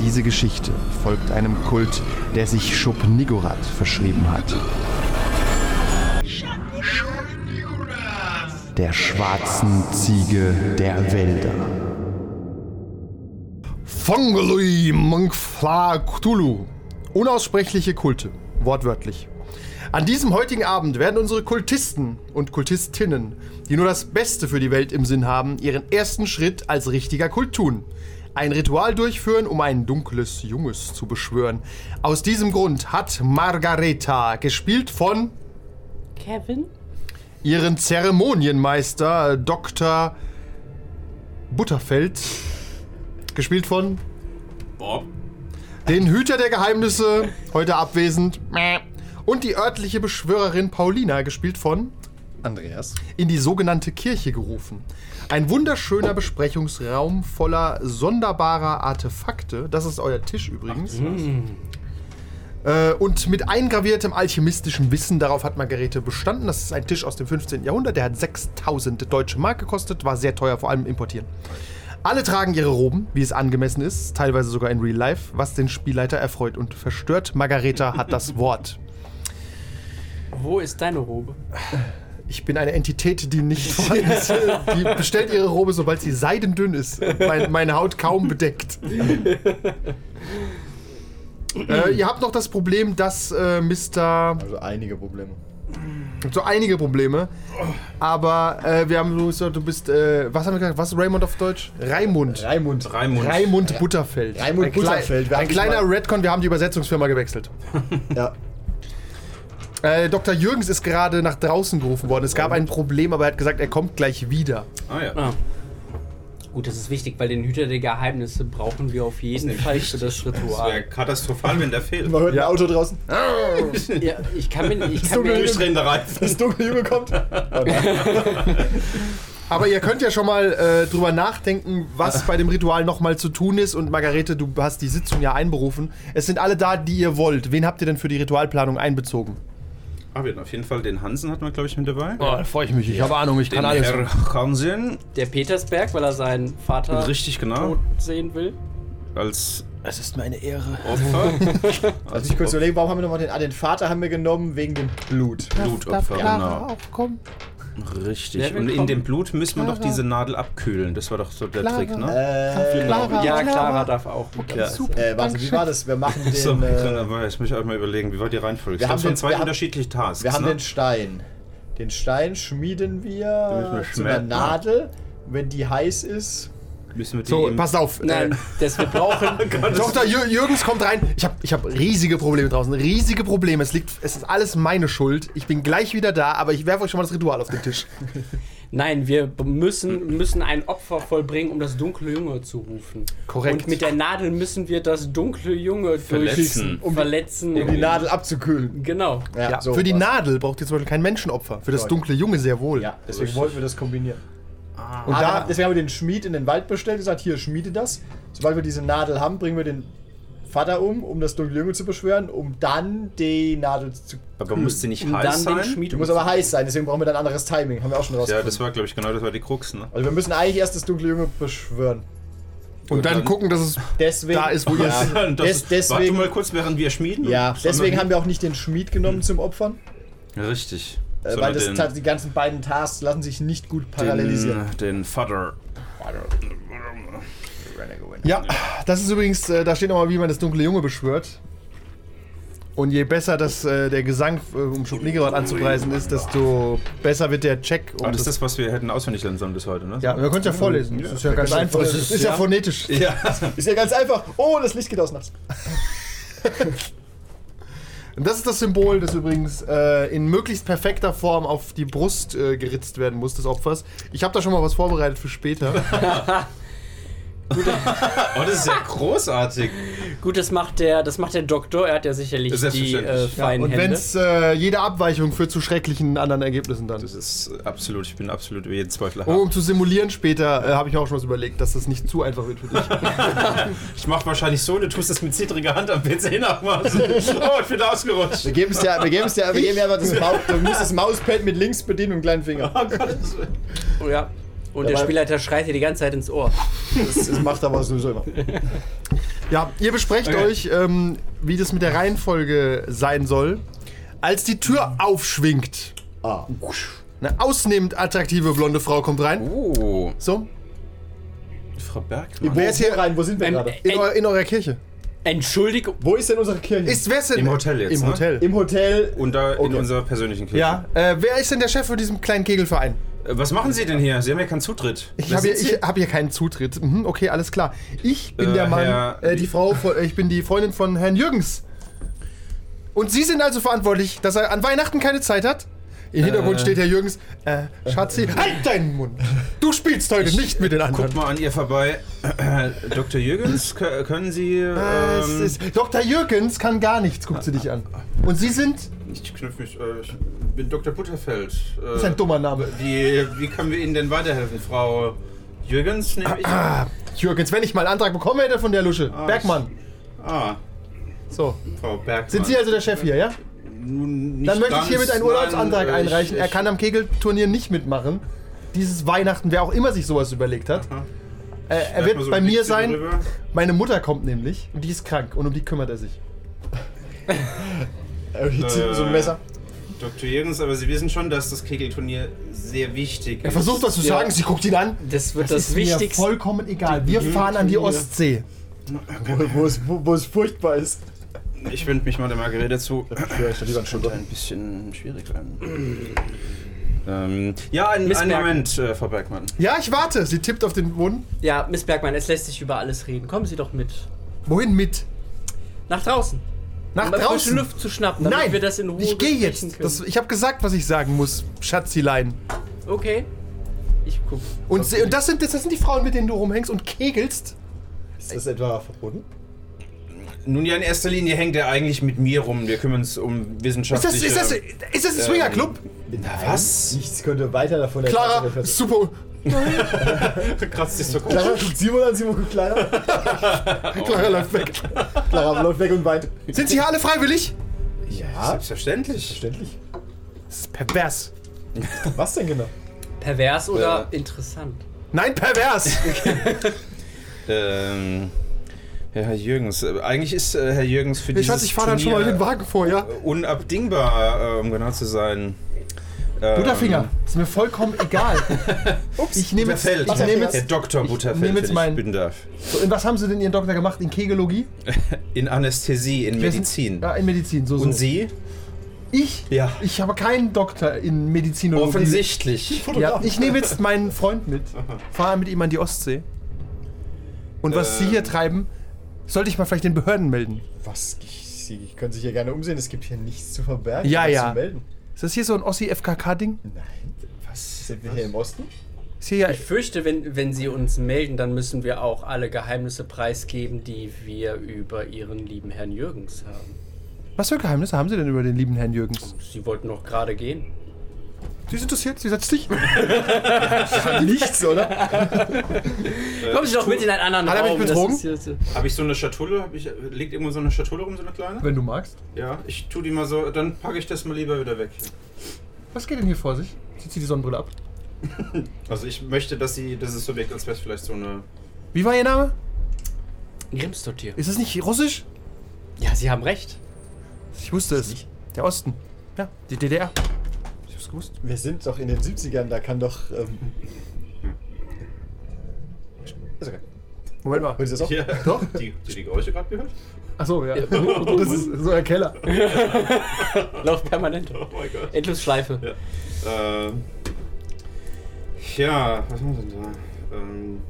Diese Geschichte folgt einem Kult, der sich Schub Nigorath verschrieben hat. Der schwarzen Ziege der Wälder. Fongelui Monkfla Cthulhu. Unaussprechliche Kulte, wortwörtlich. An diesem heutigen Abend werden unsere Kultisten und Kultistinnen, die nur das Beste für die Welt im Sinn haben, ihren ersten Schritt als richtiger Kult tun. Ein Ritual durchführen, um ein dunkles Junges zu beschwören. Aus diesem Grund hat Margareta, gespielt von Kevin? ihren Zeremonienmeister Dr. Butterfeld, gespielt von Bob. den Hüter der Geheimnisse, heute abwesend, und die örtliche Beschwörerin Paulina, gespielt von Andreas. in die sogenannte Kirche gerufen. Ein wunderschöner Besprechungsraum voller sonderbarer Artefakte. Das ist euer Tisch übrigens. Äh, und mit eingraviertem alchemistischem Wissen, darauf hat Margarete bestanden. Das ist ein Tisch aus dem 15. Jahrhundert, der hat 6000 deutsche Mark gekostet, war sehr teuer, vor allem importieren. Alle tragen ihre Roben, wie es angemessen ist, teilweise sogar in Real Life, was den Spielleiter erfreut und verstört. Margareta hat das Wort. Wo ist deine Robe? Ich bin eine Entität, die nicht vorhanden ist. Die bestellt ihre Robe, sobald sie seidendünn ist. und Mein, meine Haut kaum bedeckt. äh, ihr habt noch das Problem, dass äh, Mr. Also einige Probleme. so einige Probleme. Aber äh, wir haben so gesagt, du bist. Äh, was haben wir gesagt? Was ist Raymond auf Deutsch? Raimund. Raimund. Raimund. Raimund Butterfeld. Raimund ein klei- Butterfeld, wir Ein haben dich kleiner mal- Redcon, wir haben die Übersetzungsfirma gewechselt. Ja. Äh, Dr. Jürgens ist gerade nach draußen gerufen worden. Es gab ein Problem, aber er hat gesagt, er kommt gleich wieder. Ah ja. Ah. Gut, das ist wichtig, weil den Hüter der Geheimnisse brauchen wir auf jeden Fall für das Das Ritual. wäre katastrophal, wenn der fehlt. Man hört ein Auto draußen. Ja, ich kann mir nicht. Ich so kann mir nicht Durchdrehender Reifen. Das dunkle Junge kommt. Oh nein. Aber ihr könnt ja schon mal äh, drüber nachdenken, was bei dem Ritual nochmal zu tun ist. Und Margarete, du hast die Sitzung ja einberufen. Es sind alle da, die ihr wollt. Wen habt ihr denn für die Ritualplanung einbezogen? Ah, wir hatten auf jeden Fall den Hansen, hatten wir, glaube ich, mit dabei. Oh, Oh, da freue ich mich. Ich habe Ahnung, ich den Herr Hansen. der Petersberg, weil er seinen Ah. Vater Richtig, genau. tot sehen will. Als Es ist meine Ehre. Opfer. Also ich kurz überlegen, warum haben wir nochmal den, ah, den Vater haben wir genommen wegen dem Blut. Blutopfer, genau. auch kommen? Richtig. Wer Und in willkommen? dem Blut müssen wir doch Clara. diese Nadel abkühlen. Das war doch so der Clara. Trick, ne? Äh, Clara, Ja, Clara darf auch. mit. Ja. Super. äh, warte, wie war das? Wir machen den, So, äh, aber jetzt muss ich auch mal überlegen, wie war die Reihenfolge? wir Ich glaube, haben waren den- zwei wir haben- unterschiedliche Tasks. wir haben ne? den Stein. Den Stein schmieden müssen wir wir zu einer schmelzen. Nadel. Wenn die heiß ist, Müssen wir die So, eben- pass auf. Nein, das wir brauchen. Oh Äh, Dr. Jür Jürgens kommt rein. Ich habe ich hab riesige Probleme draußen. Riesige Probleme. Es, liegt, es ist alles meine Schuld. Ich bin gleich wieder da, aber ich werfe euch schon mal das Ritual auf den Tisch. Nein, wir b- müssen, müssen ein Opfer vollbringen, um das dunkle Junge zu rufen. Korrekt. Und mit der Nadel müssen wir das dunkle Junge Verletzen. durchschießen, um verletzen. Um die Nadel abzukühlen. Genau. Äh, Ja, so für die was. Nadel braucht ihr zum Beispiel kein Menschenopfer. Für das Leute. dunkle Junge sehr wohl. Also Ja, deswegen wollten wir das kombinieren. Und Aber Ah. da, deswegen haben wir den Schmied in den Wald bestellt und gesagt, hier, schmiede das. Sobald wir diese Nadel haben, bringen wir den Vater um, um das dunkle Junge zu beschwören, um dann die Nadel zu... aber muss sie nicht Um heiß dann den sein? Schmied Die muss aber heiß sein, deswegen brauchen wir dann ein anderes Timing. Haben wir auch schon Ja, rausgefunden. das war, glaube ich, genau, das war die Krux, ne? also wir müssen eigentlich erst das dunkle Junge beschwören. und dann gucken, dass es. Deswegen... Da ist, wo ihr- Oh ja, des, Das, warte deswegen, mal kurz, während wir schmieden. ja, Sondern- deswegen haben wir auch nicht den Schmied genommen zum Opfern, Richtig. äh, Sondern weil das, den- tat- die ganzen beiden Tasks lassen sich nicht gut parallelisieren. Den, den Vater. Ja, das ist übrigens, äh, da steht nochmal, wie man das dunkle Junge beschwört. Und je besser das, äh, der Gesang, äh, um Schuppeniggerod anzupreisen ist, desto besser wird der Check. Um Aber das ist das, was wir hätten auswendig lernen sollen bis heute, ne? ja, wir können es ja vorlesen. Das ist ja ganz einfach. Das ist, ja, phonetisch. Ist ja ganz einfach. Oh, das Licht geht aus nachts. Und das ist das Symbol, das übrigens äh, in möglichst perfekter Form auf die Brust äh, geritzt werden muss des Opfers. Ich habe da schon mal was vorbereitet für später. Oh, das ist ja großartig. Gut, das macht der, das macht der Doktor. Er hat ja sicherlich die äh, Selbstverständlich. feinen Und wenn Hände. es äh, jede Abweichung führt zu schrecklichen anderen Ergebnissen dann. Das ist äh, absolut, ich bin absolut über jeden Zweifel Oh, hart. um zu simulieren später äh, habe ich mir auch schon was überlegt, dass das nicht zu einfach wird für dich. Ich mach wahrscheinlich so, du tust das mit zittriger Hand am PC nachmachen. Oh, ich bin da ausgerutscht. Wir geben es dir, wir geben es dir, wir geben dir aber das Maus, du musst das Mauspad mit links bedienen und dem kleinen Finger. Oh, ja. Und der Dabei- Spielleiter schreit dir die ganze Zeit ins Ohr. Das, das macht aber sowieso immer. Ja, ihr besprecht Okay. euch, ähm, wie das mit der Reihenfolge sein soll. Als die Tür aufschwingt, Ah. eine ausnehmend attraktive blonde Frau kommt rein. Oh, So, Frau Wo, Bergmann. ist hier rein? Wo sind wir Ähm, gerade? in, eu in eurer Kirche. Entschuldigung. Wo ist denn unsere Kirche? Ist wer ist denn? Im Hotel jetzt, Im ne? Hotel. Im Hotel. Und da in Okay. unserer persönlichen Kirche. ja, äh, wer ist denn der Chef von diesem kleinen Kegelverein? Äh, Was machen Sie denn hier? Sie haben ja keinen Zutritt. Ich Wer habe hier, sind Sie? ich hab hier keinen Zutritt. Mhm, okay, alles klar. Ich bin Äh, der Mann, Herr- äh, die Frau, von, ich bin die Freundin von Herrn Jürgens. Und Sie sind also verantwortlich, dass er an Weihnachten keine Zeit hat? Im Hintergrund steht Herr Jürgens, äh, Schatzi, halt deinen Mund! Du spielst heute nicht mit den Guck anderen. mal an ihr vorbei. Dr. Jürgens, kö- können Sie. Äh, es Ähm, ist, Dr. Jürgens kann gar nichts, guckt sie dich an. Und Sie sind, ich knüpfe mich. Äh, ich bin Dr. Butterfeld. Äh, das ist ein dummer Name, Wie, wie können wir Ihnen denn weiterhelfen, Frau Jürgens? Nehme ich an. Jürgens, wenn ich mal einen Antrag bekommen hätte von der Lusche, Bergmann. Ah, So, Frau Bergmann. sind Sie also der Chef hier, ja? Nun, nicht Dann möchte ich ganz, hiermit einen Urlaubsantrag nein, äh, ich- einreichen. Er ich- kann am Kegelturnier nicht mitmachen. Dieses Weihnachten, wer auch immer sich sowas überlegt hat. Äh, er Sag wird mal so bei ein mir bisschen sein. drüber. Meine Mutter kommt nämlich und die ist krank und um die kümmert er sich. Äh, hier zieht so ein Messer. Dr. Jürgens, aber Sie wissen schon, dass das Kegelturnier sehr wichtig ist. Er versucht was zu Ja. sagen, sie guckt ihn an. Das wird das, ist Wichtigste. Mir vollkommen egal. Wir fahren an die Ostsee. Wo, wo, es, wo, wo es furchtbar ist. Ich wende mich mal der Margarete zu. Ich lieber einen Schulter. ein bisschen schwierig sein. ähm, ja, einen, Miss einen Bergmann. Moment, äh, Frau Bergmann. Ja, ich warte. Sie tippt auf den Boden. Ja, Miss Bergmann, es lässt sich über alles reden. Kommen Sie doch mit. Wohin mit? Nach draußen. Nach um frische draußen. Luft zu schnappen, damit Nein, wir das in Ruhe ich gehe besprechen jetzt. Das, können. ich habe gesagt, was ich sagen muss, Schatzilein. okay. Ich guck. Und, sie- und das, sind, das sind die Frauen, mit denen du rumhängst und kegelst. Ist das etwa verboten? Nun ja, in erster Linie hängt er eigentlich mit mir rum. Wir kümmern uns um Ist das, wissenschaftliche... ist das, ist das ein Swingerclub? Nein, was? Nichts könnte weiter davon Clara, entfernt sein. super. Kratzt dich so gut. Clara um guckt Simon an, Simon guckt Clara. Clara läuft weg. Clara läuft weg und weint. Sind Sie hier alle freiwillig? Ja, Selbstverständlich. verständlich. Das ist pervers. Was denn genau? Pervers oder Äh. interessant? Nein, pervers. Ähm, ja, Herr Jürgens, äh, eigentlich ist äh, Herr Jürgens für Ich dieses hatte, ich fahre dann schon mal Turnier den Wagen vor, ja? unabdingbar, äh, um genau zu sein. Ähm, Butterfinger, ist mir vollkommen egal. Ups, ich nehme jetzt, Butterfeld. ich nehme Herr jetzt, Dr. Butterfeld, nehme jetzt wenn ich mein- bitten darf. so, in was haben Sie denn Ihren Doktor gemacht? In Kegologie? In Anästhesie, in Wir sind- Medizin. Ja, in Medizin, so, so. Und Sie? Ich? Ja. Ich habe keinen Doktor in Medizinologie. Offensichtlich. Ja, ich nehme jetzt meinen Freund mit, fahre mit ihm an die Ostsee Und was Sie hier treiben, sollte ich mal vielleicht den Behörden melden. Was? Ich, Sie können sich hier gerne umsehen. Es gibt hier nichts zu verbergen. Ja, was ja. Zu melden. Ist das hier so ein Ossi-FKK-Ding? Nein. Was? Sind wir hier im Osten? Ist hier ja. Ich fürchte, wenn, wenn sie uns melden, dann müssen wir auch alle Geheimnisse preisgeben, die wir über ihren lieben Herrn Jürgens haben. Was für Geheimnisse haben Sie denn über den lieben Herrn Jürgens? Sie wollten doch gerade gehen. Sie sind interessiert, Sie setzt dich. Hat Nichts, oder? Kommen Sie doch mit in einen anderen er mich Raum. betrogen? Das ist jetzt, Habe ich so eine Schatulle? Hab ich, liegt irgendwo so eine Schatulle rum, so eine kleine? Wenn du magst. Ja, ich tu die mal so, dann packe ich das mal lieber wieder weg. hier. Was geht denn hier vor sich? Sie zieht die Sonnenbrille ab. Also ich möchte, dass sie, dass es so wirkt, als wäre es vielleicht so eine. Wie war Ihr Name? Grimmstotier. Ist das nicht russisch? Ja, Sie haben recht. Ich wusste es. Der Osten. Ja, die DDR. Ich hab's gewusst. Wir sind doch in den 70ern. Da kann doch. Ähm, ist okay. Moment mal. Holen Sie das auch? Hier. Doch. Die, die, die Geräusche gerade gehört? Achso, ja. Das ist so ein Keller. Läuft permanent. Oh mein Gott. Endlosschleife. Ja. Ähm. Ja, was haben wir denn da? Ähm.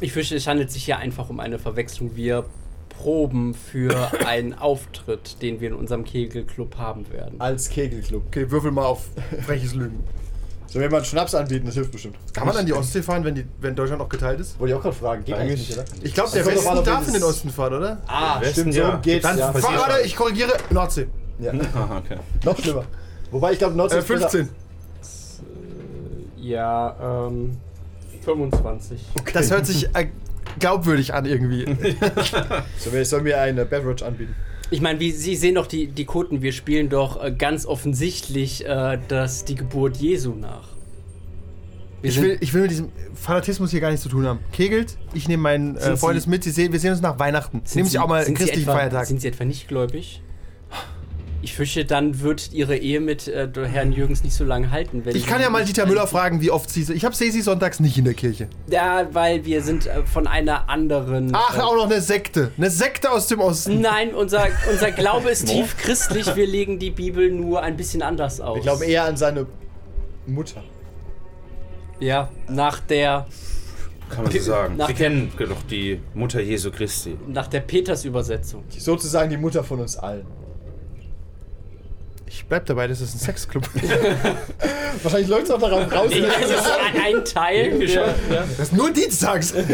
Ich fürchte, es handelt sich hier einfach um eine Verwechslung. Wir proben für einen Auftritt, den wir in unserem Kegelclub haben werden. Als Kegelclub. Okay, würfel mal auf freches Lügen. Sollen wir mal einen Schnaps anbieten? Das hilft bestimmt. Kann man an die Ostsee fahren, wenn, die, wenn Deutschland noch geteilt ist? Wollte ich auch gerade fragen. Geht eigentlich nicht, oder? Ich glaube, der Das kommt drauf an, Westen ob darf das- in den Osten fahren, oder? Ah, Stimmt, so ja. geht's. Dann ja. fahr- warte, ich korrigiere. Nordsee. ja. Aha, okay. Noch schlimmer. Wobei, ich glaube, Nordsee Äh, ist besser. 15. ja, ähm, 25. Das hört sich äh, glaubwürdig an irgendwie. So, wir sollen mir eine Beverage anbieten. Ich meine, wie Sie sehen doch die, die Koten, wir spielen doch äh, ganz offensichtlich äh, das, die Geburt Jesu nach. Wir Ich will, ich will mit diesem Fanatismus hier gar nichts zu tun haben. Kegelt, ich nehme meinen äh, Sind Freundes Sie- mit. Sie sehen, wir sehen uns nach Weihnachten. sind Nehme ich Sie- auch mal einen sind Sie christlichen etwa, Feiertag. Sind Sie etwa nicht gläubig? Ich fürchte, dann wird Ihre Ehe mit äh, Herrn Jürgens nicht so lange halten. Wenn ich kann ja mal Dieter Müller fragen, wie oft sie. Ich habe sie sonntags nicht in der Kirche. Ja, weil wir sind äh, von einer anderen. Ach, äh, auch noch eine Sekte. Eine Sekte aus dem Osten. Nein, unser, unser Glaube ist tief christlich. Wir legen die Bibel nur ein bisschen anders aus. Wir glauben eher an seine Mutter. Ja, nach der, Kann man so sagen. Nach- Sie kennen doch die Mutter Jesu Christi. nach der Peters-Übersetzung. Die- Sozusagen die Mutter von uns allen. Ich bleib dabei, das ist ein Sexclub. Wahrscheinlich läuft es auch darauf raus. Nee, Das ist ein, ein Teil. Der, Das ist nur dienstags. Das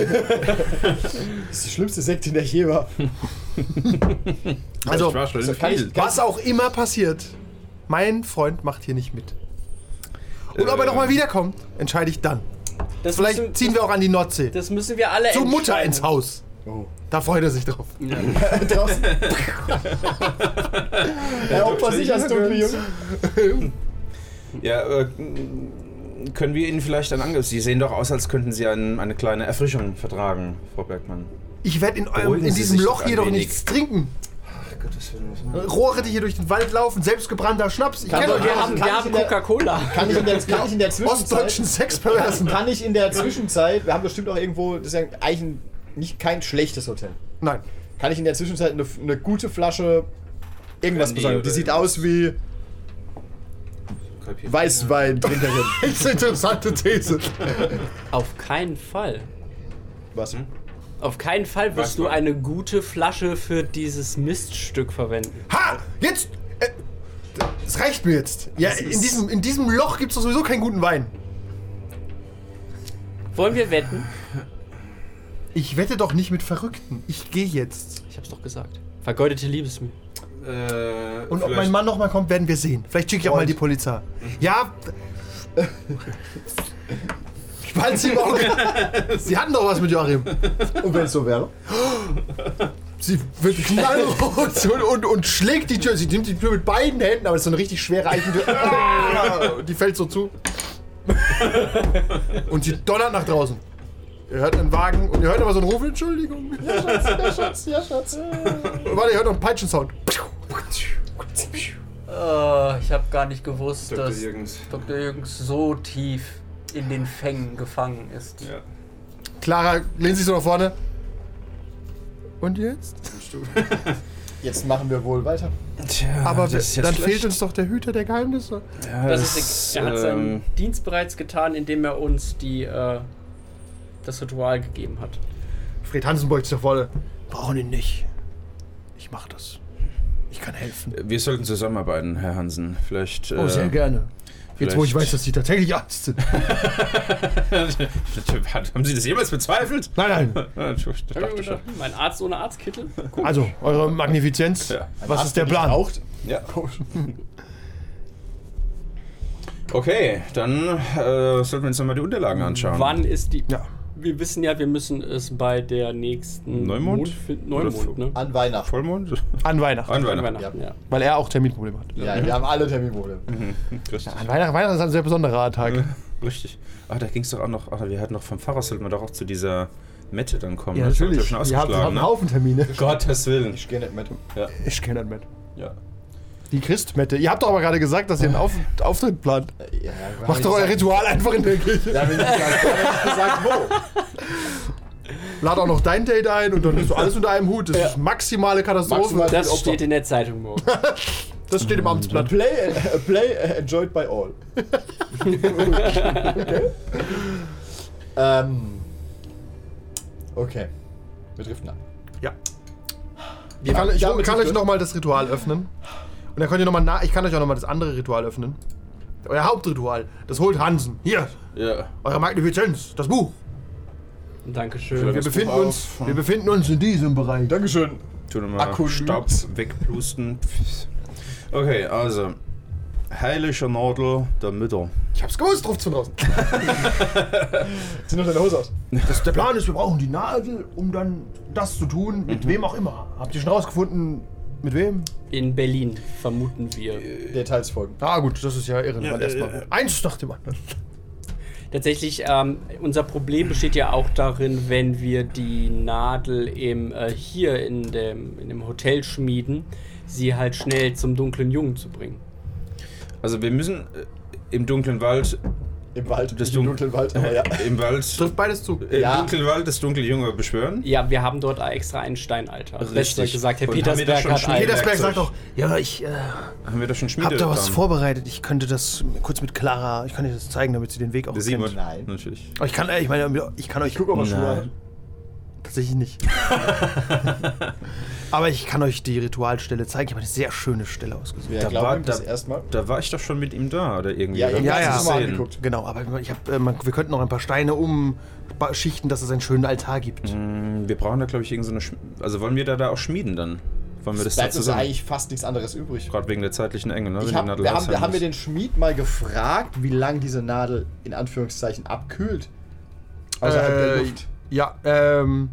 ist die schlimmste Sekte, in der ich je war. Also, ich war schon in kann ich- viel. was auch immer passiert, mein Freund macht hier nicht mit. Und ob er Äh. nochmal wiederkommt, entscheide ich dann. das müssen, Vielleicht ziehen wir auch an die Nordsee. Das müssen wir alle Zur Mutter entscheiden. ins Haus. Oh. Da freut er sich drauf. Draußen. er opfert sich als dunkle Junge. Ja, äh, können wir Ihnen vielleicht einen Angriff? Sie sehen doch aus, als könnten Sie einen, eine kleine Erfrischung vertragen, Frau Bergmann. Ich werde in, eurem- Beruhigen in Sie diesem sich Loch doch hier ein doch wenig. nichts trinken. Ach Gott, was will Rohre, die hier durch den Wald laufen, selbstgebrannter Schnaps. Ich Kann kenne doch euch Wir Also, haben, kann wir ich haben in der- Coca-Cola. Kann ich in der, kann ich in der ostdeutschen Zwischenzeit. Sexperversen. Kann ich in der Zwischenzeit. Wir haben bestimmt auch irgendwo. Das ist ja eigentlich ein, nicht kein schlechtes Hotel. Nein. Kann ich in der Zwischenzeit eine, eine gute Flasche irgendwas Brandy besorgen? Die oder sieht aus wie ich Weißwein drin. Das ist eine interessante These. Auf keinen Fall. Was? Auf keinen Fall wirst Weißt du du? eine gute Flasche für dieses Miststück verwenden. Ha! Jetzt! äh, Das reicht mir jetzt. Ja, in diesem, in diesem Loch gibt es sowieso keinen guten Wein. Wollen wir wetten? Ich wette doch nicht mit Verrückten. Ich gehe jetzt. Ich hab's doch gesagt. Vergeudete Liebesmühe. Äh, Und ob vielleicht- mein Mann nochmal kommt, werden wir sehen. Vielleicht schicke ich auch mal die Polizei. Ja. Ich behalte sie im Auge. Sie hatten doch was mit Joachim. Und wenn es so wäre? Sie wird knallrot und, und, und schlägt die Tür. Sie nimmt die Tür mit beiden Händen, aber es ist so eine richtig schwere Eichentür. Ah, die fällt so zu. Und sie donnert nach draußen. Ihr hört einen Wagen und ihr hört aber so einen Ruf, Entschuldigung. Ja, Schatz, ja, Schatz, ja, Schatz. Und warte, ihr hört noch einen Peitschensound. Äh, ich habe gar nicht gewusst, Dr. dass Jürgens. Dr. Jürgens so tief in den Fängen gefangen ist. Ja. Clara lehnt sich so nach vorne. Und jetzt? Jetzt machen wir wohl weiter. Tja, Aber dann das ist jetzt fehlt schlecht. uns doch der Hüter der Geheimnisse. Ja, Das ist, er hat seinen ähm, Dienst bereits getan, indem er uns die, äh, das Ritual gegeben hat. Fred Hansen beugt sich nach vorne. Brauchen ihn nicht. Ich mach das. Ich kann helfen. ähm, Wir sollten zusammenarbeiten, Herr Hansen. Vielleicht. äh, Oh, sehr gerne. Jetzt, wo ich weiß, dass Sie tatsächlich Arzt sind. Haben Sie das jemals bezweifelt? Nein, nein. Ich dachte schon. Mein Arzt ohne Arztkittel? Also, Eure Magnifizenz, Ja. was ist der Plan? Braucht? Ja. Okay, dann äh, sollten wir uns nochmal die Unterlagen anschauen. Wann ist die. Ja. Wir wissen ja, wir müssen es bei der nächsten Neumond? Mondfi- Neumond, ne? An Weihnachten. Vollmond? An Weihnachten. An An Weihnachten. Weihnachten, ja. Weil er auch Terminprobleme hat. Ja, wir haben alle Terminprobleme. Richtig. An Weihnachten, Weihnachten ist ein sehr besonderer Tag. Richtig. Ah, da ging es doch auch noch. Ach, wir hatten noch vom Pfarrer, sollten wir doch auch zu dieser Mette dann kommen. Ja, Das habt ihr natürlich. schon Ihr habt, ihr habt ausgeschlagen, einen ne? Haufen Termine. Gottes Willen. Ich gehe nicht mit. Ich kenne das mit. Ja. Die Christmette. Ihr habt doch aber gerade gesagt, dass ihr einen Auf Auftritt plant. Ja, hab ich Macht doch euer gesagt- Ritual einfach in der Kirche. Da hab ich nicht gesagt, da hab ich gesagt, wo? Lad auch noch dein Date ein und dann ist so alles unter einem Hut. Das ist maximale Katastrophe. Maximal- Das Opfer. steht in der Zeitung morgen. Das steht im Amtsblatt. Play, äh, play äh, enjoyed by all. okay. Ähm, okay. Wir driften ab. Ja. Ich kann, ich Damit kann sind euch wir- nochmal das Ritual öffnen. Und dann könnt ihr noch mal nach. Ich kann euch auch nochmal das andere Ritual öffnen. Euer Hauptritual. Das holt Hansen. Hier, Ja. eure Magnifizenz. Das Buch. Dankeschön. Wir das Buch befinden, auf. uns, wir befinden uns in diesem Bereich. Dankeschön. Tun wir mal Akku Staub wegplusten. Okay, also. Heiliger Nadel der Mütter. Ich hab's gewusst, ruft von draußen. Zieh noch deine Hose aus. Das, der Plan ist, wir brauchen die Nadel, um dann das zu tun, mit wem auch immer. Habt ihr schon rausgefunden, mit wem? In Berlin, vermuten wir. Details folgen. Ah, gut, das ist ja irrelevant erstmal. Eins nach dem anderen. Tatsächlich, ähm, unser Problem besteht ja auch darin, wenn wir die Nadel im, äh, hier in dem, in dem Hotel schmieden, sie halt schnell zum dunklen Jungen zu bringen. Also, wir müssen äh, im dunklen Wald. Im Wald. Das nicht im Dun- dunklen Wald, aber ja. Im Wald. Trifft beides zu. Im Ja. dunklen Wald das dunkle Junge beschwören. Ja, wir haben dort extra einen Steinalter. Richtig. Besser gesagt, Herr Und haben wir das Petersberg schon hat schon- einen. Petersberg sagt doch, ja, ich äh, Haben wir da schon Schmiede? dran? vorbereitet. Ich könnte das kurz mit Clara, ich kann euch das zeigen, damit sie den Weg auch Der Simon. Nein. Natürlich. Aber ich kann, äh, ich meine, ich kann euch... Guck auch mal Schuhe Nein. an. Tatsächlich nicht. Aber ich kann euch die Ritualstelle zeigen. Ich habe eine sehr schöne Stelle ausgesucht. Wir Da war- glauben ihm das da- erstmal. Da war ich doch schon mit ihm da oder irgendwie. Ja, oder? irgendwas ja, ist mal sehen. angeguckt. Genau, aber ich hab, äh, man, wir könnten noch ein paar Steine um, umschichten, dass es einen schönen Altar gibt. Mhm. Mm, Wir brauchen da, glaube ich, irgendeine. So eine Schm- also wollen wir da, da auch schmieden dann? Wollen wir das, da Bleibt uns zusammen? eigentlich fast nichts anderes übrig. Gerade wegen der zeitlichen Enge, ne? Ich die hab, Nadel wir heiß haben, wir sein haben wir muss. den Schmied mal gefragt, wie lange diese Nadel in Anführungszeichen abkühlt. Außerhalb Also halt Äh, der Luft. Äh, Ja, ähm,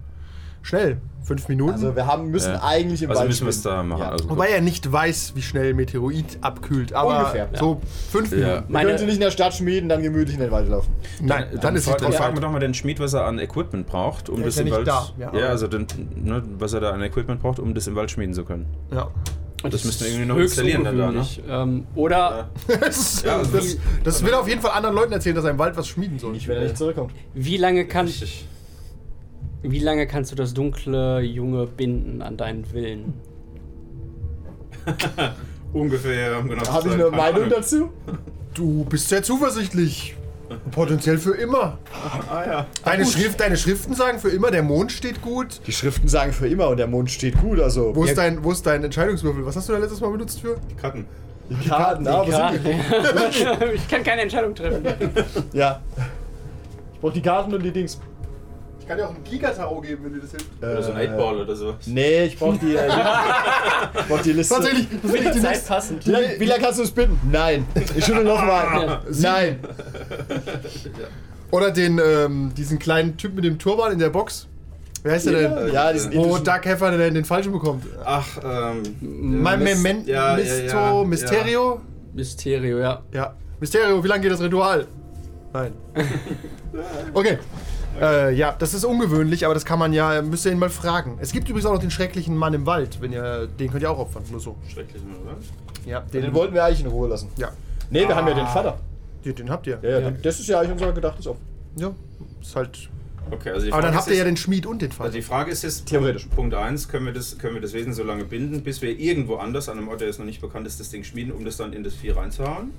schnell. Fünf Minuten. Also wir haben, müssen Ja. eigentlich im Also Wald müssen wir es da schwimmen. machen. Ja. Also gut. Wobei er nicht weiß, wie schnell Meteorit abkühlt. Aber Ungefähr. so fünf Minuten. ja. Wir Meine- können sie nicht in der Stadt schmieden, dann gemütlich in den Wald laufen. Nein, dann, ist sie fra- dann drauf. fragen wir doch mal den Schmied, was er an Equipment braucht, um Der das ist ja im nicht Wald. da, ja, Ja, aber- also den, ne, was er da an Equipment braucht, um das im Wald schmieden zu können. Ja. Und das müssen wir irgendwie noch höchst installieren dann da, ne? ungewöhnlich. Ähm, oder Das, ist, Ja, also das, wie- das will er auf jeden Fall anderen Leuten erzählen, dass er im Wald was schmieden soll. Nicht, wenn er nicht zurückkommt. wie lange kann Wie lange kannst du das dunkle Junge binden an deinen Willen? Ungefähr, um genau zu Habe ich sein, eine keine Meinung Ahnung. dazu? Du bist sehr zuversichtlich. Potenziell für immer. Ah ja. Deine, Schrift, deine Schriften sagen für immer, der Mond steht gut. Die Schriften sagen für immer und der Mond steht gut, also. Wo ist, dein, wo ist dein Entscheidungswürfel? Was hast du da letztes Mal benutzt für? Die Karten. die Karten? ah, wo sind ich kann keine Entscheidung treffen. die? Ja. Ich brauche die Karten und die Dings. Ich kann dir auch einen Gigatarot geben, wenn dir das hilft. Oder so ein Eightball oder so. Nee, ich brauche die, äh, ich brauch die Liste. Tatsächlich, das will ich dir nicht. passend. Wie lange lang kannst du es binden? Nein. Ich schüttel nochmal. Nein. Oder den, ähm, diesen kleinen Typ mit dem Turban in der Box. Wer heißt der denn? Äh, Ja, diesen Wo indischen- Doug Heffer denn den falschen bekommt. Ach, ähm. Mein Äh, Mist- Moment, ja, ja, Misto, ja, ja. Mysterio? Mysterio, ja. Ja. Mysterio, wie lange geht das Ritual? Nein. okay. Äh, ja, das ist ungewöhnlich, aber das kann man ja, müsst ihr ihn mal fragen. Es gibt übrigens auch noch den schrecklichen Mann im Wald, wenn ihr, den könnt ihr auch opfern, nur so. Schrecklich, oder? Ja, Den wollten wir eigentlich in Ruhe lassen. ja. Nee, wir haben ja den Ah. Vater. Den, den habt ihr. Ja, ja, Das ist ja eigentlich unser gedachtes Opfer. Ja, ist halt. Okay, also die Aber dann Frage habt ist ihr ja jetzt- den Schmied und den Fall. Also die Frage ist jetzt, Theoretisch. Punkt 1, können wir, das, können wir das Wesen so lange binden, bis wir irgendwo anders, an einem Ort, der jetzt noch nicht bekannt ist, das Ding schmieden, um das dann in das Vieh reinzuhauen?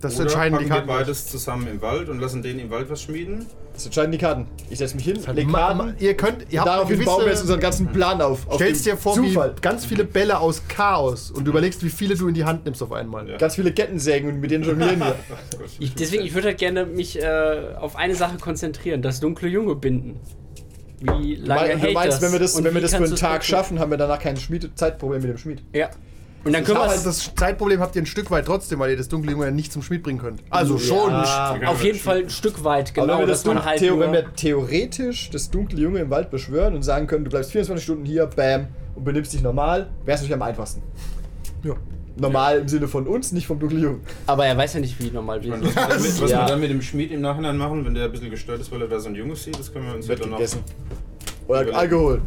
Das Oder entscheiden die packen Karten. wir beides zusammen im Wald und lassen denen im Wald was schmieden. Das entscheiden die Karten. Ich setze mich hin, lege Ma- ma- Karten. Ihr könnt, ihr und habt eine daraufhin bauen wir jetzt gewisse, unseren ganzen Plan auf. auf stellst den dir vor, Zufall. wie ganz viele Bälle aus Chaos und überlegst, wie viele du in die Hand nimmst auf einmal. Ja. Ganz viele Kettensägen und mit denen jonglieren wir. Ich, deswegen, ich würde halt gerne mich äh, auf eine Sache konzentrieren, das dunkle Junge binden. Wie lange Weil, hält du meinst, das? wenn wir das, Und wenn wir wie das für kannst einen du's Tag machen? schaffen, haben wir danach kein Schmied Zeitproblem mit dem Schmied. Ja. Und dann können Aber wir das, es das Zeitproblem habt ihr ein Stück weit trotzdem, weil ihr das dunkle Junge ja nicht zum Schmied bringen könnt. Also schon. Ah, auf jeden Fall ein Stück weit, Aber genau, wenn, wir das dass man dunkle- halt Theo, nur, wenn wir theoretisch das dunkle Junge im Wald beschwören und sagen können, du bleibst 24 Stunden hier, bam, und benimmst dich normal, wär's natürlich am einfachsten. Ja. Normal im Sinne von uns, nicht vom dunklen Jungen. aber er weiß ja nicht, wie normal wir Und sind. was was Ja. wir dann mit dem Schmied im Nachhinein machen, wenn der ein bisschen gestört ist, weil er da so ein Junge sieht, das können wir uns ja Wird dann noch. gegessen. Oder Überlegen. Alkohol.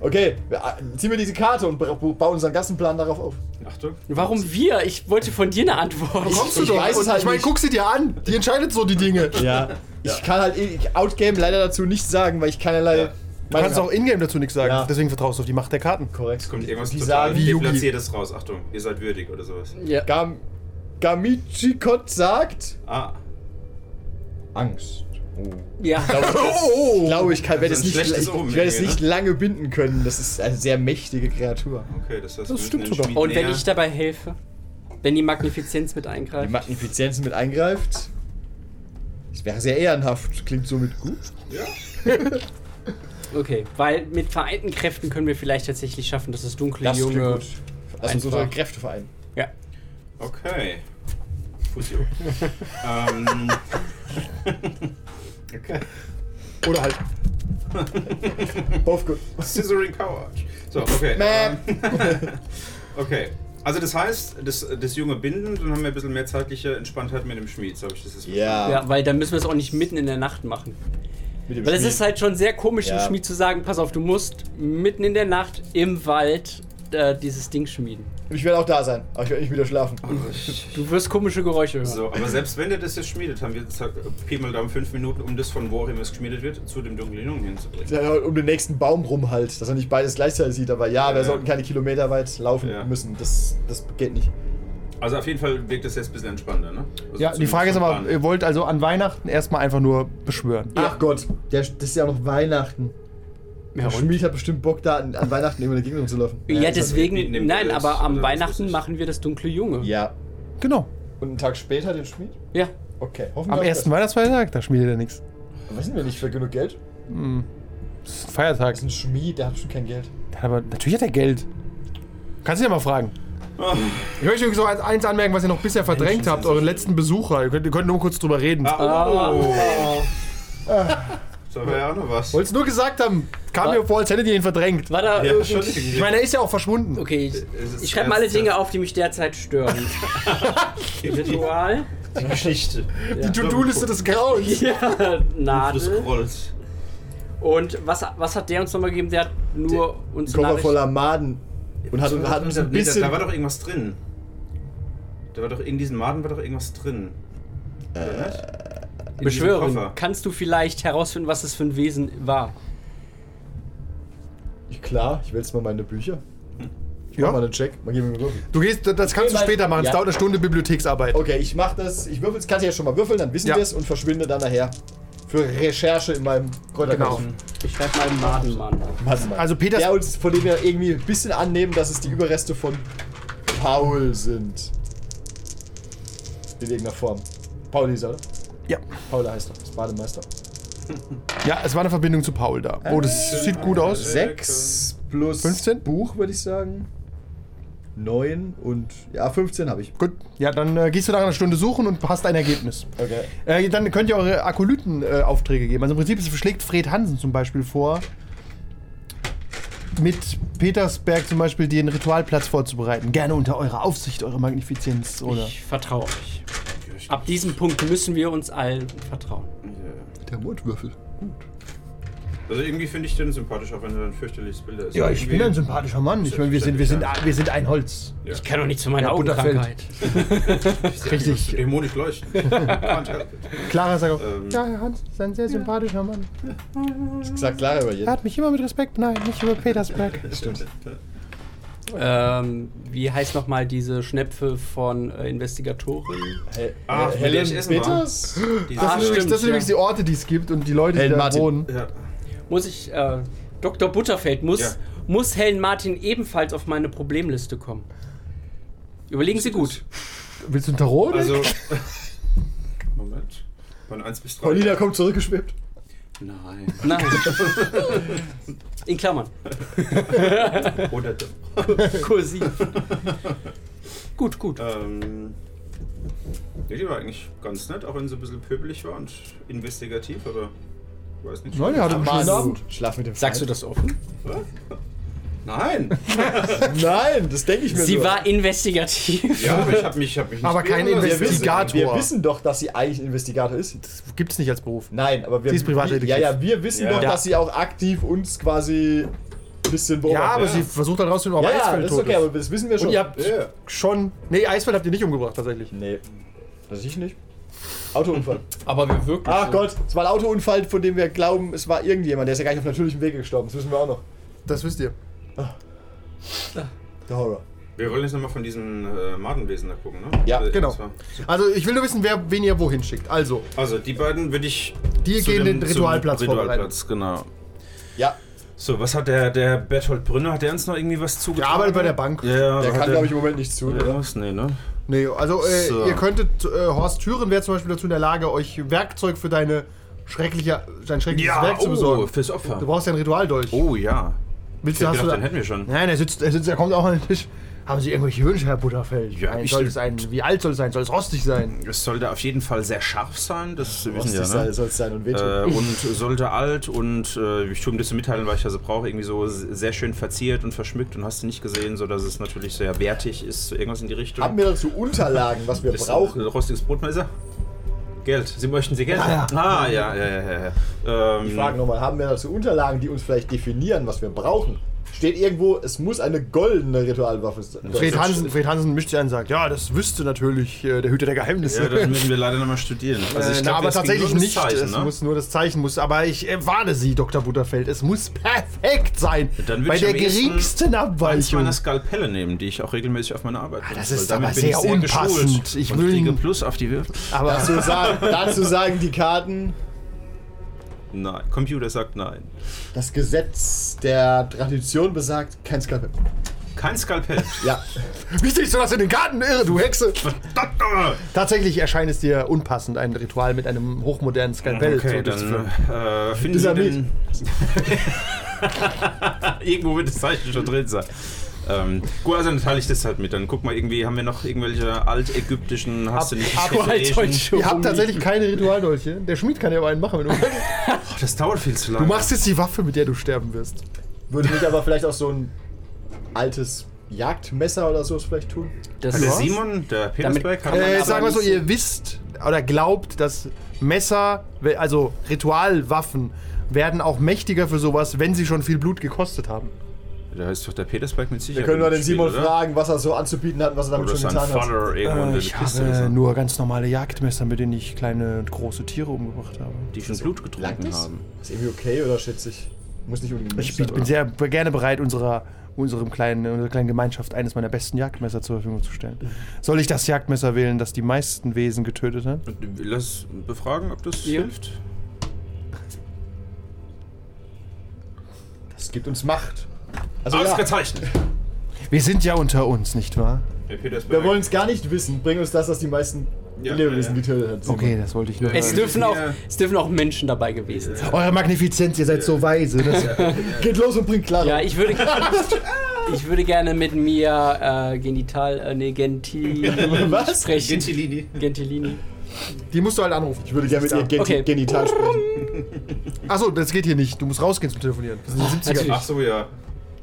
Okay, wir, äh, ziehen wir diese Karte und ba- bauen unseren ganzen Plan darauf auf. Achtung. Warum wir? Ich wollte von dir eine Antwort. Kommst du ich doch. weiß es und halt ich meine, nicht. guck sie dir an. Die entscheidet so die Dinge. Ja. Ich kann halt eh- ich Outgame leider dazu nichts sagen, weil ich keinerlei. Ja. Du Meinung kannst auch eh habe. Ingame dazu nichts sagen. Ja. Deswegen vertraust du auf die Macht der Karten. korrekt. Kommt irgendwas Die total sagen wie Yugi. Deplatziertes raus. Achtung, ihr seid würdig oder sowas. Ja. Gam Gamichikot sagt. Ah. Angst. ja. Ich glaube, ich kann- werde Oh, Das ist es nicht, ein schlechtes ich, Omen, ich werde es ne? nicht lange binden können. Das ist eine sehr mächtige Kreatur. Okay, das Das heißt, wir stimmt müssen den sogar. Schmied Und wenn näher- ich dabei helfe, wenn die Magnifizenz mit eingreift. Die Magnifizenz mit eingreift. Das wäre sehr ehrenhaft. Klingt somit gut. Okay, weil mit vereinten Kräften können wir vielleicht tatsächlich schaffen, dass das dunkle Junge. Lass uns Einfach. unsere Kräfte vereinen. Ja. Okay. Fusio. ähm. okay. Oder halt. Both good. Scissoring Couch. So, okay. Mäh. ähm, okay. Also das heißt, das, das junge Binden, dann haben wir ein bisschen mehr zeitliche Entspanntheit mit dem Schmied, so habe ich das jetzt Ja. Ja, weil dann müssen wir es auch nicht mitten in der Nacht machen. Mit dem Weil es Schmied. ist halt schon sehr komisch, dem Ja. Schmied zu sagen, pass auf, du musst mitten in der Nacht im Wald äh, dieses Ding schmieden. Und ich werde auch da sein, aber ich werde nicht wieder schlafen. verstanden. Du wirst komische Geräusche hören. So, aber selbst wenn der das jetzt schmiedet, haben wir jetzt halt, äh, Pi mal Daumen fünf Minuten, um das von woher es geschmiedet wird, zu dem dunklen Jungen hinzubringen. Ja, um den nächsten Baum rum halt, dass er nicht beides gleichzeitig sieht. Aber ja, wir Ja. sollten keine Kilometer weit laufen Ja. müssen. Das, das geht nicht. Also auf jeden Fall wirkt das jetzt ein bisschen entspannter, ne? Also Ja, die Frage ist aber, ihr zumindest wollt also an Weihnachten erstmal einfach nur beschwören. Ach Gott, der, das ist ja auch noch Weihnachten. Ja, der Schmied hat bestimmt Bock, da an, an Weihnachten immer dagegen rumzulaufen. ja, ist halt- in deswegen, dem nein, Bild aber am oder was weiß Weihnachten ich. machen wir das dunkle Junge. Ja. Genau. Und einen Tag später den Schmied? ja. Okay, hoffen Am wir ersten Weihnachtsfeiertag, da schmiedet er nichts. Was sind wir nicht für genug Geld? Das ist ein Feiertag. Das ist ein Schmied, der hat schon kein Geld. Aber natürlich hat er Geld. Kannst du ja mal fragen. Ah. Ich möchte übrigens noch eins anmerken, was ihr noch bisher verdrängt habt, euren letzten Besucher. Ihr könnt, ihr könnt nur kurz drüber reden. Ah, oh. So wäre ja auch noch was. Wollt's nur gesagt haben, kam mir vor, als hättet ihr ihn verdrängt. War da Ja, schon irgend... Ich meine, er ist ja auch verschwunden. Okay, ich, Es ist ich schreibe mal alle ernst, Dinge ja. auf, die mich derzeit stören. Ritual. Geschichte. Ja. Die To-Do-Liste des Grauens. Ja, Du Nadel. scrollst. Und was, was hat der uns nochmal gegeben? Der hat nur uns Koffer Nachricht- voller Maden. Und hat, hat uns ein Nee, da, bisschen. da war doch irgendwas drin. Da war doch in diesem Maden war doch irgendwas drin. Äh. Oder nicht? In diesem Beschwören. Koffer. Kannst du vielleicht herausfinden, was es für ein Wesen war? Klar, ich will jetzt mal meine Bücher. Ich mach Ja. mal einen Check. Mal geben wir mir Du gehst, das kannst du Okay, später machen. Es ja. dauert eine Stunde Bibliotheksarbeit. Okay, ich mach das. Ich würfel, das kann ich ja schon mal würfeln, dann wissen Ja. wir es und verschwinde dann nachher. Für Recherche in meinem Kräuterkasten. Genau. Ich schreibe mal Madenmann. Mann, Mann. Also Peters- Der uns, von dem wir irgendwie ein bisschen annehmen, dass es die Überreste von Paul sind. In irgendeiner Form. Paul ist er, oder? Ja. Paul heißt er, ist Bademeister. Ja, es war eine Verbindung zu Paul da. Oh, das sieht gut aus. Sechs plus 15? Buch, würde ich sagen. Neun und. Ja, 15 habe ich. Gut. Ja, dann äh, gehst du nach einer Stunde suchen und hast ein Ergebnis. Okay. Äh, dann könnt ihr eure Akolyten-Aufträge äh, Aufträge geben. Also im Prinzip schlägt Fred Hansen zum Beispiel vor, mit Petersberg zum Beispiel den Ritualplatz vorzubereiten. Gerne unter eurer Aufsicht, eurer Magnifizenz, oder? Ich vertraue euch. Ab diesem Punkt müssen wir uns allen vertrauen. der Mordwürfel. äh. Also irgendwie finde ich den sympathisch, auch wenn er ein fürchterliches Bild ist. Ja, ich Irgendwie- bin ein sympathischer Mann. Ich meine, wir sind, wir sind, wir sind ein Holz. Ja. Ich kann doch nicht zu meiner Ja, Augenkrankheit. Richtig. Dämonisch leuchten. Can't help it. Clara sagt auch, Ähm. ja, Herr Hans ist ein sehr sympathischer Mann. Ich sag klar über Er jeden. hat mich immer mit Respekt, nein, nicht über Petersberg. Stimmt. Ähm, wie heißt nochmal diese Schnepfe von äh, Investigatorin? Ach, mit der ich essen war. Bitters? Das, sind, nämlich, das sind ja. nämlich die Orte, die es gibt und die Leute, die Helen da Martin. wohnen. Ja. Muss ich, äh, Dr. Butterfeld, muss, Ja. muss Helen Martin ebenfalls auf meine Problemliste kommen? Überlegen Sie gut. Willst du ein Tarot? oder? Also. Moment. Von 1 bis 3. Paulina kommt zurückgeschwebt. Nein. Nein. In Klammern. Oder doch. Kursiv. Gut, gut. Ähm, ja, die war eigentlich ganz nett, auch wenn sie ein bisschen pöbelig war und investigativ, aber ich weiß nicht. Nein, die hatte einen schönen Mann, Abend. Schlaf mit dem Sagst du das offen? Nein! das? Nein, das denke ich mir Sie nur. war investigativ. Ja, aber ich habe mich, ich hab mich nicht Aber kein beirren lassen. wir wissen, Investigator. wir wissen doch, dass sie eigentlich Investigator ist. Gibt es nicht als Beruf. Nein, aber wir. Sie ist privat wir, Ja, detektiv. ja, wir wissen Ja. doch, Ja. dass sie auch aktiv uns quasi ein bisschen Ja, aber beobachtet. sie versucht dann rauszufinden, ob Ja, ja, Eisfeld das ist tot okay, ist. aber das wissen wir schon. Und ihr habt Ja. schon. Nee, Eisfeld habt ihr nicht umgebracht, tatsächlich. nee, das ich nicht. Autounfall. Aber wir wirklich. Ach Gott, es war ein Autounfall, von dem wir glauben, es war irgendjemand. Der ist ja gar nicht auf natürlichem Wege gestorben. Das wissen wir auch noch. Das wisst ihr. Der Horror. Wir wollen jetzt nochmal von diesem äh, Madenwesen da gucken, ne? Ja, Äh, Genau. das war- Also, ich will nur wissen, wer, wen ihr wohin schickt. Also, Also, die beiden würde ich. Die zu gehen dem- den zum Ritualplatz Ritualplatz, genau. Ja, So, was hat der, der Berthold Brünner? Hat der uns noch irgendwie was der zugetragen? arbeitet bei Also der Bank. Ja, ja, der hat kann, glaube ich, im Moment nichts tun. Ja, was? Nee, ne? Nee, also, äh, So. ihr könntet. Äh, Horst Thüren wäre zum Beispiel dazu in der Lage, euch Werkzeug für deine schreckliche, dein schreckliches Ja, Werk zu oh, besorgen. fürs Opfer. Du brauchst ja ein Ritualdolch. Oh ja. Willst Ich hab hast du gedacht, da- den hätten wir schon. Nein, er sitzt, er sitzt, er kommt auch an den Tisch. Haben Sie irgendwelche Wünsche, Herr Butterfeld? Ja, ein, ich- soll es ein, wie alt soll es sein? Soll es rostig sein? Es sollte auf jeden Fall sehr scharf sein, das wissen wir, Rostig ne? sei- soll's sein und wehtun. Äh, und sollte alt und äh, ich tue ein bisschen mitteilen, weil ich das brauche, irgendwie so sehr schön verziert und verschmückt und hast du nicht gesehen, so dass es natürlich sehr wertig ist, so irgendwas in die Richtung. Haben wir dazu Unterlagen, was wir Ist brauchen? ein Rostiges Brotmesser? Geld. Sie möchten Sie Geld? Ja, haben? Ah, ja, ja, ja. ja, ja. Ähm, Ich Mhm. frage nochmal, haben wir dazu Unterlagen, die uns vielleicht definieren, was wir brauchen? Steht irgendwo, es muss eine goldene Ritualwaffe sein. Fred Hansen, Fred Hansen mischt sich an und sagt, ja, das wüsste natürlich äh, der Hüter der Geheimnisse. Ja, das müssen wir leider nochmal studieren. Also Äh, ich na, glaub, aber das ging tatsächlich nur um das nicht. Zeichen, es ne? muss nur das Zeichen muss. Aber ich äh, warne Sie, Dr. Butterfeld. Es muss perfekt sein. Dann würd bei ich der am ehesten geringsten eins Abweichung. meiner Skalpelle nehmen, die ich auch regelmäßig auf meine Arbeit benutze, Ah, ist weil aber bin ich sehr unpassend. geschult Ich und will- kriege Plus auf die Würfel. Aber Dazu sagen, dazu sagen die Karten, Nein, Computer sagt nein. das Gesetz der Tradition besagt, kein Skalpell. Kein Skalpell. Ja, wie siehst du das in den Garten? Irre, du Hexe! Verdammt! äh. Tatsächlich erscheint es dir unpassend, ein Ritual mit einem hochmodernen Skalpell Okay, zu durchzuführen. dann äh, finden Sie Dieser den... Irgendwo wird das Zeichen schon drin sein. Ähm, gut, also dann teile ich das halt mit. Dann guck mal, irgendwie haben wir noch irgendwelche altägyptischen, hast du nicht Ach, Ihr habt tatsächlich keine Ritualdolche. Der Schmied kann ja aber einen machen, wenn du willst. das dauert viel zu lange. Du machst jetzt die Waffe, mit der du sterben wirst. würde mich aber vielleicht auch so ein altes Jagdmesser oder sowas vielleicht tun. Das Hat der ist Simon, der Damit Petersberg, kann hat- man Äh, aber sagen wir so, nicht so- ihr wisst oder glaubt, dass Messer, we- also Ritualwaffen, werden auch mächtiger für sowas, wenn sie schon viel Blut gekostet haben. der heißt doch der Petersberg mit Sicherheit. Wir können mal im den Spiel, Simon oder? fragen, was er so anzubieten hat und was er damit Oder schon sein getan hat. Vater irgendwo in der Kiste ist. ne? Äh, nur ganz normale Jagdmesser, mit denen ich kleine und große Tiere umgebracht habe. Die schon Blut Langt getrunken das? haben. Ist irgendwie okay oder schätze ich? Muss nicht unbedingt Ich bin sehr gerne bereit, unserer, unserem kleinen, unserer kleinen Gemeinschaft eines meiner besten Jagdmesser zur Verfügung zu stellen. Soll ich das Jagdmesser wählen, das die meisten Wesen getötet hat? Und Lass befragen, ob das Ja. hilft. Das gibt uns Macht. Also ja, Ausgezeichnet! Wir sind ja unter uns, nicht wahr? Herr Petersberg. wir wollen es gar nicht wissen. Bring uns das, was die meisten Ja, Lebewesen ja, ja. getötet hat. Simon. Okay, das wollte ich nur. Es hören. dürfen, auch, es dürfen auch Menschen dabei gewesen sein. Eure Magnifizenz, ihr seid so weise. ne? Das Geht los und bringt Clara. Ja, ich würde, ich würde gerne mit mir äh, Genital, äh, nee, Gentilini Was? sprechen. Gentilini. Gentilini. Die musst du halt anrufen. Ich würde gerne mit ihr Gen Okay. genital Oh, sprechen. Achso, das geht hier nicht. Du musst rausgehen zum Telefonieren. Das sind die 70er. Natürlich. Ach so, ja.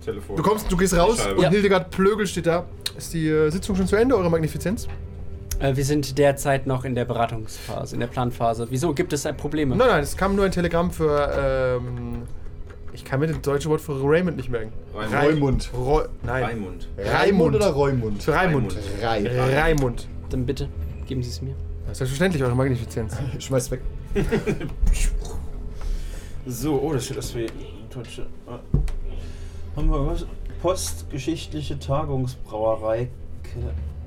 Telefon. Du kommst, du gehst raus Scheibe. und Ja. Hildegard Plögel steht da. Ist die äh, Sitzung schon zu Ende, eure Magnifizenz? Äh, wir sind derzeit noch in der Beratungsphase, in der Planphase. Wieso gibt es da Probleme? Nein, nein, es kam nur ein Telegramm für. Ähm, ich kann mir das deutsche Wort für Raymond nicht merken. Raimund. Rai- Reimund. Ro- nein. Raimund. Raimund. oder Reumund? Für Raimund. Raimund. Reim. Raimund. Dann bitte, geben Sie es mir. Selbstverständlich, eure Magnifizenz. Äh. Schmeiß weg. So, oh, das steht das für Deutsche. Ah. äh, Haben wir was? postgeschichtliche Tagungsbrauerei.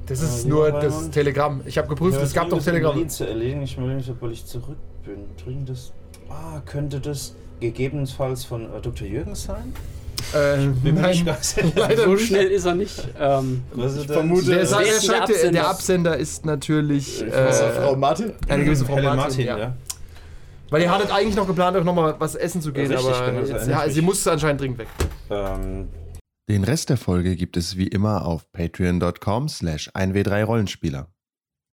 Das ist nur das Telegramm. Ich habe geprüft, es gab doch Telegramm. zu erledigen. Ich melde mich, weil ich zurück bin. Dringendes. Ah, könnte das gegebenenfalls von äh, Dr. Jürgens sein? Äh, nicht nein, ganz sicher. leider So nicht. schnell ist er nicht. Ähm, Präsident, vermute, äh, Der, es Sa- Wer der, ist der Absender? Absender? Der, Absender ist natürlich äh, Außer Frau Martin. eine gewisse Frau Helen Martin. Martin, ja. ja. Weil ihr hattet eigentlich noch geplant, euch nochmal was essen zu gehen, Ja, richtig, aber genau, das jetzt, erinnert ja, mich. sie musste anscheinend dringend weg. Ähm, Den Rest der Folge gibt es wie immer auf patreon.com slash 1w3rollenspieler.